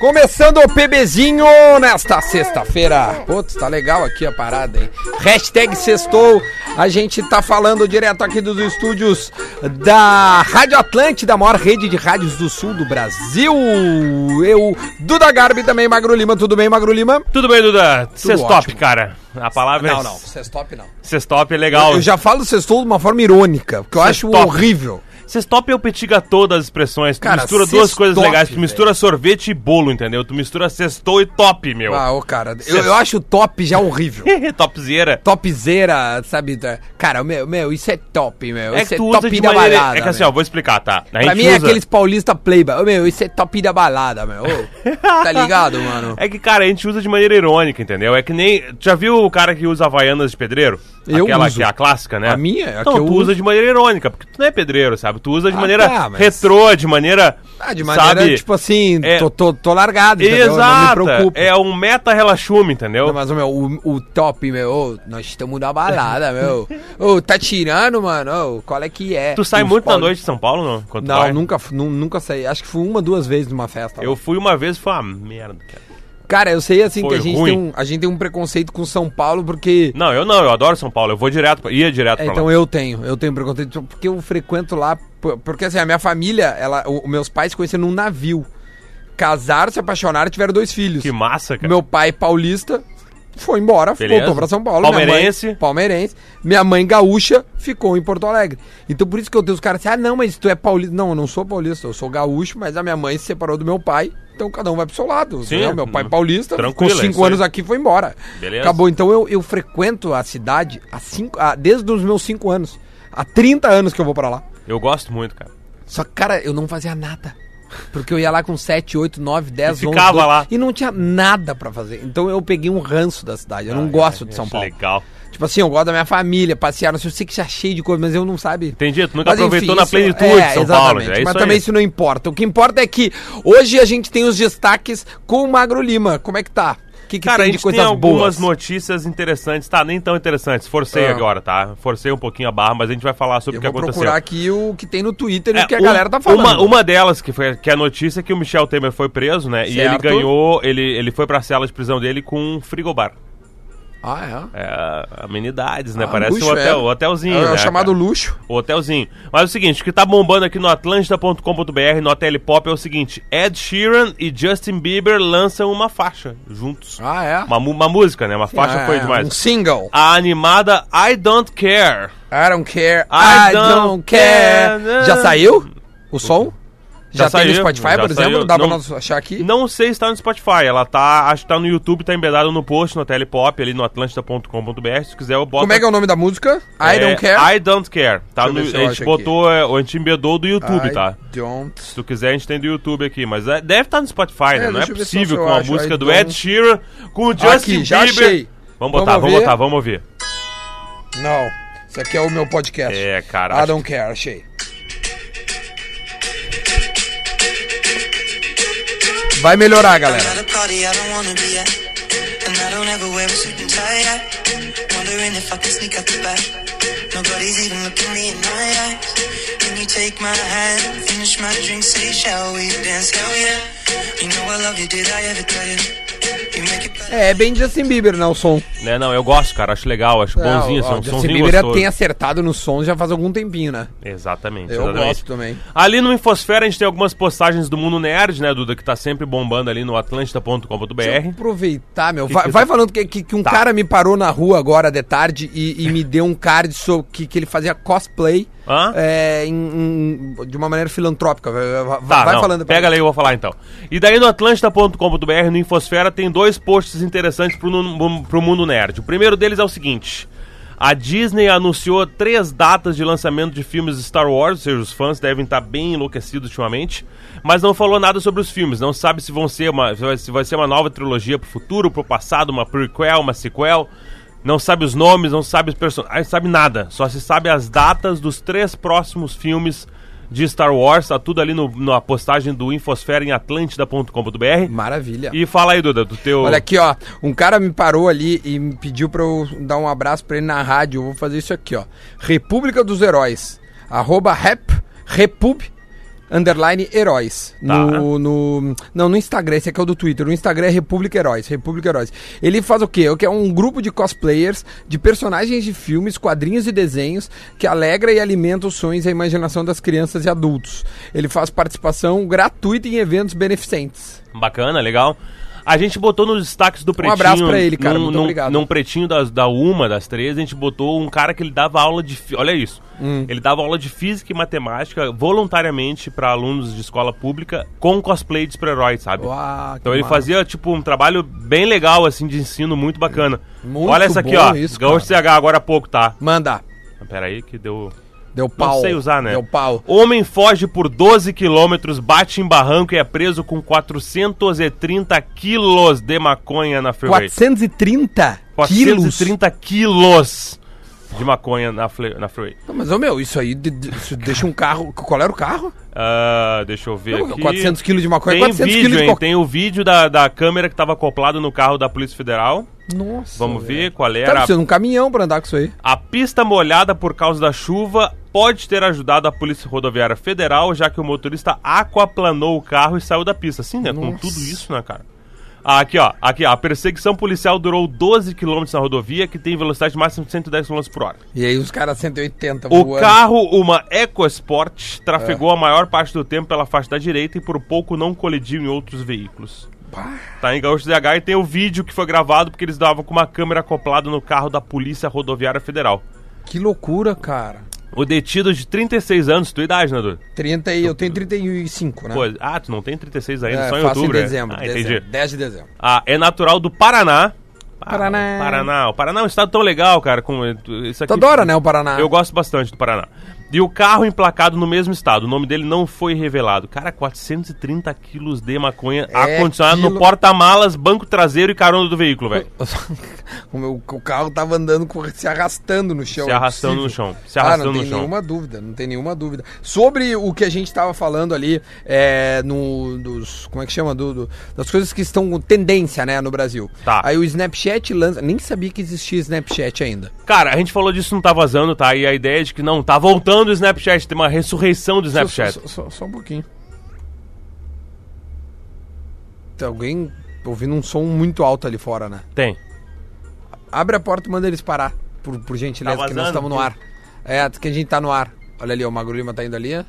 Começando o PBzinho nesta sexta-feira. Putz, tá legal aqui a parada, hein? Hashtag sextou. A gente tá falando direto aqui dos estúdios da Rádio Atlântida, a maior rede de rádios do sul do Brasil. Eu, Duda Garbi, também Magro Lima. Tudo bem, Magro Lima? Tudo bem, Duda? Sextop, ótimo. cara. A palavra Não, é não, sextop não. sextop é legal. Eu já falo sextou de uma forma irônica, porque eu acho Sextop. horrível. Sextop é o petit gâteau das expressões. Tu Cara, mistura duas sextop, coisas legais. Tu velho. mistura sorvete e bolo, entendeu? Tu mistura sextou e top, meu. É, Ah, ô cara, eu, eu acho o top já horrível. Topzera. Topzera, sabe? tá? Cara, meu, meu, isso é top, meu. É isso que tu usa de maneira... é que assim, meu. ó, vou explicar, tá? A né? Pra gente mim é usa- aqueles paulista playba. Ô, Meu, isso é top da balada, meu. Ô, tá ligado, mano? É que, cara, a gente usa de maneira irônica, entendeu? É que nem... Tu Já viu o cara que usa Havaianas de pedreiro? Eu Aquela uso. que é a clássica, né? A minha, a então, que tu eu uso. usa de maneira irônica, porque tu não é pedreiro, sabe? Tu usa de Ah, maneira tá, mas- retrô, de maneira... Ah, de maneira, sabe? tipo assim, é- tô, tô, tô largado, entendeu? Exato. Não me preocupo. É um meta relaxume, entendeu? Não, mas, ô, meu, o, o top, meu, ô, nós estamos na balada, meu. Ô, tá tirando, mano? Ô, qual é que é? Tu sai Os muito na pauli- noite de São Paulo, não? Quando tu Não, vai? nunca, fu- nu- nunca saí. Acho que fui uma, duas vezes numa festa. lá. Eu fui uma vez e foi uma merda, cara. Cara, eu sei assim que Foi a gente, ruim. tem um, a gente tem um preconceito com São Paulo porque. Não, eu não, eu adoro São Paulo. Eu vou direto, pra- ia direto É, pra então lá. eu tenho, eu tenho preconceito Então, porque eu frequento lá. p- Porque assim, a minha família, ela, o, os meus pais se conheceram num navio. Casaram, se apaixonaram e tiveram dois filhos. Que massa, cara. Meu pai paulista foi embora, Beleza. voltou pra São Paulo. Minha mãe- Palmeirense. palmeirense. Minha mãe gaúcha ficou em Porto Alegre. Então por isso que eu tenho os caras assim, ah não, mas tu é paulista. Não, eu não sou paulista, eu sou gaúcho, mas a minha mãe se separou do meu pai. Então cada um vai pro seu lado. Sim, entendeu? Meu pai hum, paulista, ficou tranquilo, é cinco isso aí. anos aqui e foi embora. Beleza. Acabou. Então eu, eu frequento a cidade há cinco, há- desde os meus cinco anos. Há 30 anos que eu vou pra lá. Eu gosto muito, cara. Só que, cara, eu não fazia nada. Porque eu ia lá com 7, 8, 9, 10, E 11. ficava lá. E não tinha nada pra fazer. Então eu peguei um ranço da cidade. Eu não Ah, gosto eu de São acho Paulo. Legal. Tipo assim, eu gosto da minha família, passear, não sei, eu sei que já é cheio de coisa, mas eu não sabe. Entendi, tu nunca Mas, aproveitou enfim, na isso- plenitude é, de São Paulo, exatamente, já. É mas isso também aí. isso não importa. O que importa é que hoje a gente tem os destaques com o Magro Lima. Como é que tá? O que, que Cara, a tem de gente tem coisas algumas boas? notícias interessantes, tá? Nem tão interessantes. Forcei Ah. agora, tá? Forcei um pouquinho a barra, mas a gente vai falar Eu sobre o que vou aconteceu. procurar aqui o que tem no Twitter e É, o que a um- galera tá falando. Uma, uma delas, que foi que é a notícia, é que o Michel Temer foi preso, né? E ele Certo. ganhou, ele, ele foi pra cela de prisão dele com um frigobar. Ah, é. É, amenidades, né? Ah, Parece luxo, um hotel, é. hotelzinho, É o né, chamado cara? luxo. O hotelzinho. Mas é o seguinte, o que tá bombando aqui no atlântida.com.br, no hotel pop, é o seguinte. Ed Sheeran e Justin Bieber lançam uma faixa juntos. Ah, é. Uma, mu- uma música, né? Uma faixa Ah, foi é, demais. Um single. A animada I Don't Care. I don't care, I, I don't, don't care. care. Já saiu o som? Já, Já tem no saiu, Spotify, já por exemplo? saiu. Dá pra Não- nós achar aqui? Não sei se tá no Spotify, ela tá, acho que tá no YouTube, tá embedado no post, no Telepop, ali no atlântida.com.br, se quiser eu boto... Como é que é o nome da música? I É, don't care. I Don't Care. Tá Deixa eu no- ver se eu a acho gente botou, é, a gente embedou do YouTube, tá? I don't. Se tu quiser, a gente tem do YouTube aqui, mas é- deve estar no Spotify, É, né? Não é deixa eu ver se eu possível com a acho. música I do don't- Ed Sheeran, com o Justin Aqui, já Bieber. achei. Vamos botar, Vamos vamos, ver? botar, vamos ouvir. Não. Isso aqui é o meu podcast. É, cara, I acho- don't care, achei. Vai melhorar, galera. At a party I don't wanna be at, and I don't ever wear a suit and tie. At. Wondering if I can sneak out the back. Nobody's even looking me in my eyes. Can you take my hand, finish my drink, say shall we dance? Hell yeah. You know I love you, did I ever tell you? You make it better. É, é bem Justin Bieber, né, o som. Né, não, eu gosto, cara, acho legal, acho bonzinho, É, o- são o um Justin somzinho Bieber gostoso. tem acertado nos sons já faz algum tempinho, né? Exatamente, Eu exatamente. gosto também. Ali no Infosfera a gente tem algumas postagens do Mundo Nerd, né, Duda, que tá sempre bombando ali no Deixa eu atlântida.com.br. aproveitar, meu. É? Que Vai, que vai tá- falando que, que, que um Tá. cara me parou na rua agora de tarde e, e me deu um card sobre que, que ele fazia cosplay Hã? é, em- em- de uma maneira filantrópica. Vai, vai- Tá, vai não, falando. pra pega mim. ali, eu vou falar então. E daí no atlântida.com.br, no Infosfera, tem dois posts interessantes pro, nu- pro Mundo Nerd. O primeiro deles é o seguinte... A Disney anunciou três datas de lançamento de filmes de Star Wars, ou seja, os fãs devem estar bem enlouquecidos ultimamente, mas não falou nada sobre os filmes, não sabe se vão ser uma, se vai ser uma nova trilogia pro futuro, pro passado, uma prequel, uma sequel. Não sabe os nomes, não sabe os personagens, sabe nada. Só se sabe as datas dos três próximos filmes de Star Wars. Tá tudo ali no, na postagem do Infosfera em atlântida.com.br. Maravilha. E fala aí, Duda, do teu. Olha aqui, ó. Um cara me parou ali e me pediu pra eu dar um abraço pra ele na rádio. Eu vou fazer isso aqui, ó. República dos Heróis. Arroba rep, repub, underline heróis. Tá. No, no- não, no Instagram, esse aqui é o do Twitter. No Instagram é República Heróis, República Heróis. Ele faz o quê? É um grupo de cosplayers, de personagens de filmes, quadrinhos e desenhos que alegra e alimenta os sonhos e a imaginação das crianças e adultos. Ele faz participação gratuita em eventos beneficentes. Bacana, legal. A gente botou nos destaques do Pretinho. Um abraço pra ele, cara, Num, muito num- obrigado. num Pretinho das, da Uma, das três, a gente botou um cara que ele dava aula de... fi- Olha isso. Hum. Ele dava aula de física e matemática voluntariamente pra alunos de escola pública com cosplay de super-herói, sabe? Uau, que Então ele massa. fazia, tipo, um trabalho bem legal, assim, de ensino, muito bacana. Muito Olha essa aqui, bom ó. isso, Gaúcho CH agora há pouco, tá? Manda. Pera aí que deu... Deu Não pau. sei usar, né? Deu pau. Homem foge por 12 quilômetros, bate em barranco e é preso com 430 quilos de maconha na freeway. 430 quilos. 430 quilos de maconha na, fle- na freeway. Não, Mas, ô meu, isso aí de- de- isso deixa um carro. Qual era o carro? Ah, deixa eu ver Não, aqui. 400 quilos de maconha, tem 400 vídeo, quilos de hein? coca- Tem o vídeo da, da câmera que estava acoplado no carro da Polícia Federal. Nossa. Vamos ver qual é Tá era. precisando de um caminhão pra andar com isso aí. A pista molhada por causa da chuva pode ter ajudado a Polícia Rodoviária Federal, já que o motorista aquaplanou o carro e saiu da pista. Sim, né? Com Nossa. tudo isso, né, cara? Ah, aqui, ó. Aqui, ó. A perseguição policial durou 12 km na rodovia, que tem velocidade máxima de 110 km por hora. E aí os caras 180 O voando. carro, uma EcoSport, trafegou a maior parte do tempo pela faixa da direita e por pouco não colidiu em outros veículos. Pá. Tá em Gaúcho ZH e tem o vídeo que foi gravado porque eles davam com uma câmera acoplada no carro da Polícia Rodoviária Federal. Que loucura, cara. O detido de 36 anos, tua idade, né, Dudu? 30 e... Eu tenho 35, né? Pô, ah, tu não tem 36 ainda, é, só em faço outubro. em é? dezembro, Ah, dezembro, entendi. 10 de dezembro. Ah, é natural do Paraná. Ah, Paraná. o Paraná. O Paraná é um estado tão legal, cara. Com eh, isso aqui, Tu adora, né, o Paraná? Eu gosto bastante do Paraná. E o carro emplacado no mesmo estado. O nome dele não foi revelado. Cara, 430 quilos de maconha É acondicionado quilo- no porta-malas, banco traseiro e carona do veículo, velho. o meu o carro tava andando, com- se arrastando no chão. Se arrastando no impossível. chão. Se arrastando ah, não no tem chão. nenhuma dúvida, não tem nenhuma dúvida. Sobre o que a gente estava falando ali, é, no, dos, como é que chama, Do- do- das coisas que estão com tendência, né, no Brasil. Tá. Aí o Snapchat lança, nem sabia que existia Snapchat ainda. Cara, a gente falou disso não tá vazando, tá? E a ideia é de que não, tá voltando o Snapchat, tem uma ressurreição do Snapchat. Só, só- só- só um pouquinho. Tem alguém ouvindo um som muito alto ali fora, né? Tem. Abre a porta e manda eles parar, por, por gentileza, Tá que nós vazando, estamos no viu? ar. É, diz que a gente tá no ar. Olha ali, ó, o Magro Lima tá indo ali, ó.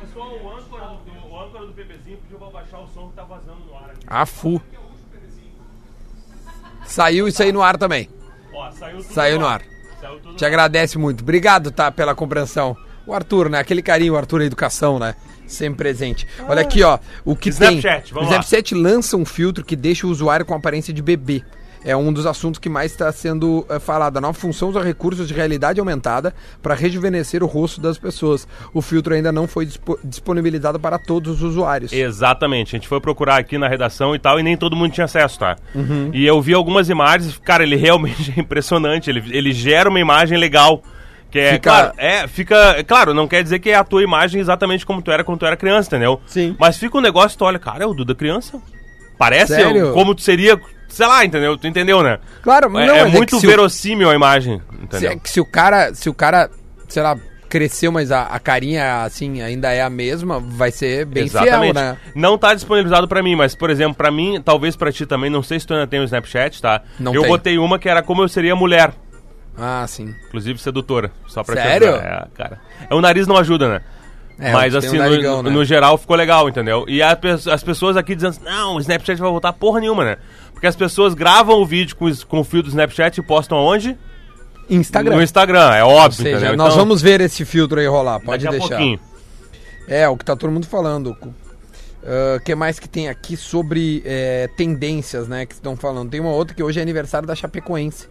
Pessoal, o âncora do, o âncora do bebezinho pediu pra baixar o som que tá vazando no ar aqui. Afu. Saiu isso aí no ar também. Ó, saiu tudo Saiu no ar. Saiu tudo Te agradece muito. Obrigado, tá, pela compreensão. O Arthur, né? Aquele carinho, o Arthur Educação, né? Sempre presente. Olha aqui, ó. O que Snapchat, tem. vamos o Snapchat lança um filtro que deixa o usuário com aparência de bebê. É um dos assuntos que mais está sendo eh, falado. A nova função usa recursos de realidade aumentada para rejuvenescer o rosto das pessoas. O filtro ainda não foi dispo- disponibilizado para todos os usuários. Exatamente, a gente foi procurar aqui na redação e tal, e nem todo mundo tinha acesso, tá? Uhum. E eu vi algumas imagens, cara, ele realmente é impressionante, ele, ele gera uma imagem legal. Que é, Fica- claro, é, fica. é Claro, não quer dizer que é a tua imagem exatamente como tu era quando tu era criança, entendeu? Sim. Mas fica um negócio, tu olha, cara, é o Duda criança. Parece Sério? o- como tu seria, sei lá, entendeu? Tu entendeu, né? Claro, É, não, é mas é muito que se o- verossímil a imagem, Se, é entendeu? que se o cara, se o cara, sei lá, cresceu, mas a, a carinha, assim, ainda é a mesma, vai ser bem fiel, né? Não tá disponibilizado pra mim, mas, por exemplo, pra mim, talvez pra ti também, não sei se tu ainda tem o Snapchat, tá? Não eu tenho. botei uma que era como eu seria mulher, Ah, sim. inclusive sedutora, só pra te Sério? avisar. É, cara. É, o nariz não ajuda, né? É, mas tem um assim, no, narigão, né? no geral ficou legal, entendeu? E a pe- as pessoas aqui dizendo, assim, não, o Snapchat vai voltar porra nenhuma, né? Porque as pessoas gravam o vídeo com, os- com o fio do Snapchat e postam aonde? Instagram. No Ou Instagram, é óbvio, seja, entendeu? nós Então, vamos ver esse filtro aí rolar, pode daqui a deixar. pouquinho. É, o que tá todo mundo falando. O que mais que tem aqui sobre eh, tendências, né, que estão falando? Tem uma outra que hoje é aniversário da Chapecoense.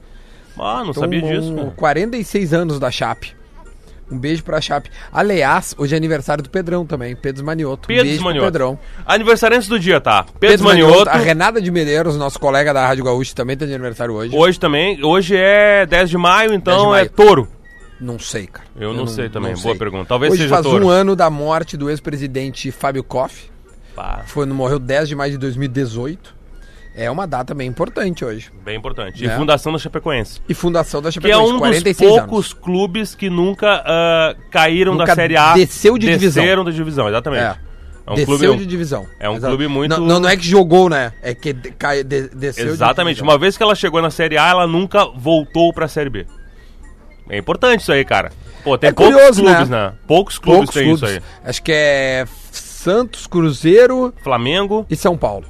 Ah, não Então, sabia um- disso, cara. 46 anos da Chape. Um beijo pra Chape. Aliás, hoje é aniversário do Pedrão também, Pedro Manioto. um Pedro beijo pro Manioto. Pedrão. Aniversariante do dia, tá? Pedro, Pedro Manioto. Manioto. A Renata de Medeiros, nosso colega da Rádio Gaúcho, também tá de aniversário hoje. Hoje também. Hoje é 10 de maio, então 10 de maio. é touro. Não sei, cara. Eu não sei também, boa pergunta. Talvez hoje seja faz touro. um ano da morte do ex-presidente Fábio Koff. Pá. Foi, morreu 10 de maio de 2018. É uma data bem importante hoje. Bem importante. E É. Fundação da Chapecoense. E fundação da Que é Chapecoense, um dos 46 anos. poucos clubes que nunca ah, caíram Nunca da Série A. desceu de divisão. Desceram da divisão, exatamente. É, um desceu clube. um- de divisão. é um clube muito- Não, não, não é que jogou, né? É que de- cai, de- desceu de Exatamente. divisão. Uma vez que ela chegou na Série A, ela nunca voltou pra Série B. É importante isso aí, cara. Pô, tem É poucos curioso, clubes, né? né? Poucos clubes Poucos tem clubes. isso aí. Acho que é Santos, Cruzeiro Flamengo e São Paulo.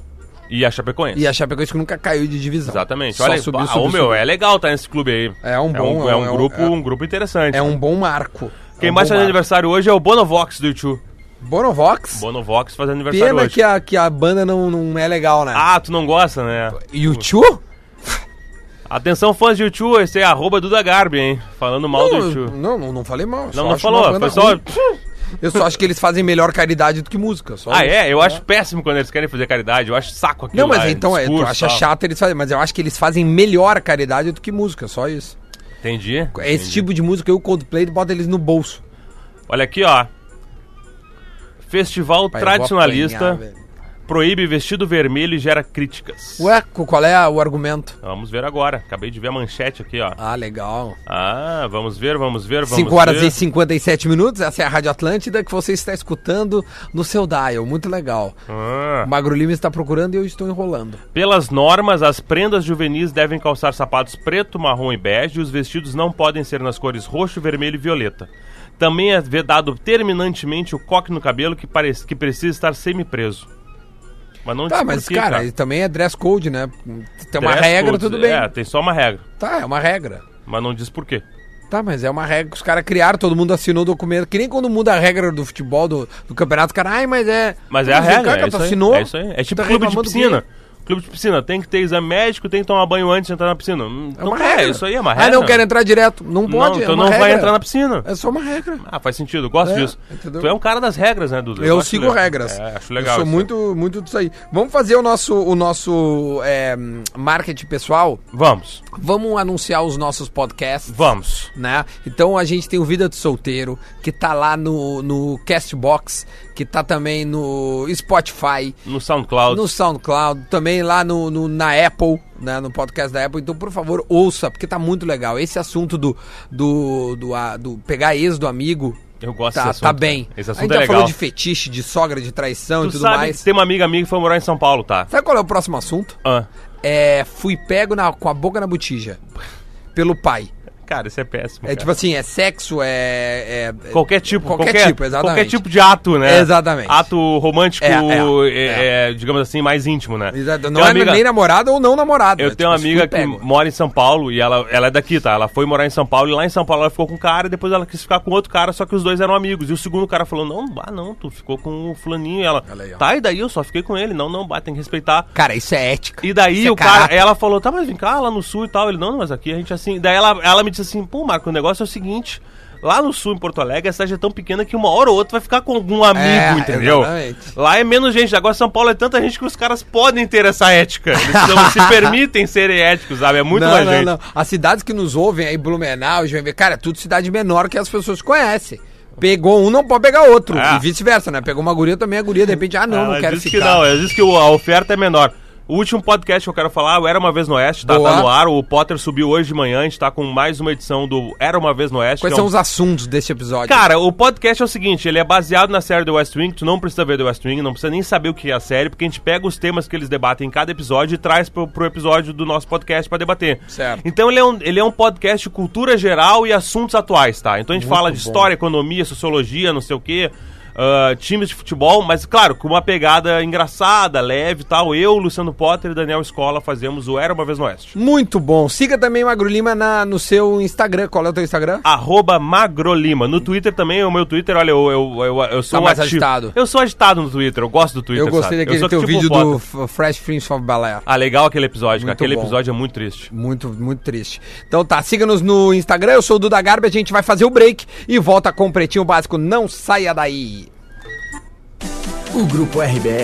e a Chapecoense. E a Chapecoense que nunca caiu de divisão. Exatamente. Então, Só Olha, aí, subiu, ah, subiu, ô, meu, subiu. é legal estar nesse clube aí. É um bom- é um, é um- grupo, é um- um grupo interessante. É um bom marco. Quem é um mais bom faz marco. aniversário hoje é o Bonovox do YouTube. Bonovox. Bonovox faz aniversário Pena hoje. que a, que a banda não, não é legal, né? Ah, tu não gosta, né? E o Tchu? Atenção, fãs de YouTube, esse é arroba Duda Garbi, hein? Falando mal do Não, YouTube. não, não, não falei mal. eu só Não, não acho uma falou, banda foi só. ruim. Eu só acho que eles fazem melhor caridade do que música. Só Ah, isso. é? Eu acho péssimo quando eles querem fazer caridade, eu acho saco aquilo Não, mas lá, então, é, tu discurso, tá. acha tal. chato eles fazem, mas eu acho que eles fazem melhor caridade do que música, só isso. Entendi. É esse entendi. tipo de música, eu Coldplay bota eles no bolso. Olha aqui, ó. Festival Pai, eu vou tradicionalista apanhar, velho. proíbe vestido vermelho e gera críticas. Ué, co- qual é o argumento? Vamos ver agora. Acabei de ver a manchete aqui, ó. Ah, legal. Ah, vamos ver, vamos ver, vamos 5 horas ver. e 57 minutos, essa é a Rádio Atlântida que você está escutando no seu dial, muito legal. Ah. O Magro Lima está procurando e eu estou enrolando. Pelas normas, as prendas juvenis devem calçar sapatos preto, marrom e bege e os vestidos não podem ser nas cores roxo, vermelho e violeta. Também é vedado terminantemente o coque no cabelo que, parece, que precisa estar semi-preso. Mas não Tá, diz mas por quê, cara, ele também é dress code, né? Tem uma Dress regra, codes, tudo bem. É, tem só uma regra, Tá, é uma regra. mas não diz por quê. Tá, mas é uma regra que os caras criaram, todo mundo assinou o documento. Que nem quando muda a regra do futebol, do, do campeonato, os caras, ai, mas é. Mas é a Mas vem regra, cá, é tu isso, aí, assinou, é isso aí. É tipo tá clube de reclamando do quê? piscina. Clube de piscina, tem que ter exame médico, tem que tomar banho antes de entrar na piscina. Hum, É Então uma tá, regra. isso aí é uma Ah, regra. não quero entrar direto. Não pode, Não, é então uma não vai regra. entrar na piscina. É só uma regra. Ah, faz sentido, eu gosto É, disso. entendeu? Tu é um cara das regras, né, Duda? Eu, gosto sigo de ler. regras. É, acho Eu legal. sou isso. muito, muito disso aí. Vamos fazer o nosso, o nosso é, marketing pessoal? Vamos, Vamos anunciar os nossos podcasts. vamos. né? Então a gente tem o Vida do Solteiro, que tá lá no, no Castbox, que tá também no Spotify, No SoundCloud. no SoundCloud, também lá no, no- na Apple, né? No podcast da Apple. Então, por favor, ouça, porque tá muito legal. Esse assunto do, do, do, a- do pegar ex do amigo. Eu gosto Tá, desse assunto. tá bem. cara. Esse a gente assunto já é legal. falou de fetiche, de sogra, de traição e Tu tudo sabe mais. que tem uma amiga minha que foi morar em São Paulo, tá? Sabe qual é o próximo assunto? Ah, É, fui pego na- com a boca na botija. Pelo pai. cara, isso é péssimo. É cara. tipo assim, é sexo, é. é- Qualquer tipo, Qualquer qualquer, tipo, exatamente. Qualquer tipo de ato, né? Exatamente. Ato romântico, É, é, é, é, digamos assim, mais íntimo, né? Exato. Tem Não uma é nem namorado ou não namorado. Eu né? tenho uma Tipo, se amiga tu que pega. mora em São Paulo e ela, ela é daqui, tá? Ela foi morar em São Paulo e lá em São Paulo ela ficou com um cara e depois ela quis ficar com outro cara, só que os dois eram amigos. E o segundo cara falou: Não, bah, não, tu ficou com o fulaninho. E ela, Olha aí, ó. tá, e daí eu só fiquei com ele. Não, não, bah, tem que respeitar. Cara, isso é ética. E daí Isso é o cara, caráter. ela falou, tá, mas vem cá, lá no sul e tal. Ele, não, não, mas aqui a gente assim. Daí ela, ela me disse assim, pô, Marco, o negócio é o seguinte. Lá no sul, em Porto Alegre, a cidade é tão pequena que uma hora ou outra vai ficar com algum amigo, É, entendeu? exatamente. Lá é menos gente. Agora São Paulo é tanta gente que os caras podem ter essa ética. Eles não se permitem serem éticos, sabe? É muito não, mais não, gente. não. As cidades que nos ouvem aí, Blumenau, Joinville, cara, é tudo cidade menor que as pessoas conhecem. Pegou um, não pode pegar outro. É. E vice-versa, né? Pegou uma guria também, a guria, de repente, ah, não, Ela não quero diz ficar. que não, ela diz que o- a oferta é menor. O último podcast que eu quero falar, o Era Uma Vez no Oeste, tá, Boa. tá no ar. O Potter subiu hoje de manhã, a gente tá com mais uma edição do Era Uma Vez no Oeste. Quais que é são um os assuntos desse episódio? Cara, o podcast é o seguinte, ele é baseado na série The West Wing, tu não precisa ver The West Wing, não precisa nem saber o que é a série, porque a gente pega os temas que eles debatem em cada episódio e traz pro, pro episódio do nosso podcast pra debater. Certo. Então ele é, um, ele é um podcast de cultura geral e assuntos atuais, tá? Então a gente Muito fala de bom. história, economia, sociologia, não sei o quê, ah, times de futebol, mas claro, com uma pegada engraçada, leve e tal. Eu, Luciano Potter e Daniel Escola fazemos o Era Uma Vez no Oeste. Muito bom. Siga também o Magro Lima na, no seu Instagram. Qual é o teu Ah, Instagram? arroba magrolima. No Twitter também, o meu Twitter, olha, eu, eu, eu, eu sou Tá mais ativo. agitado. Eu sou agitado no Twitter, eu gosto do Twitter, Eu gostei sabe? daquele sou teu tipo vídeo foda. do F- Fresh Prince of Bel-Air. Ah, legal aquele episódio, cara. Muito Aquele bom. episódio é muito triste. Muito, muito triste. Então tá, siga-nos no Instagram, eu sou o Duda Garbi, a gente vai fazer o break e volta com o Pretinho Básico. Não saia daí! O Grupo RBS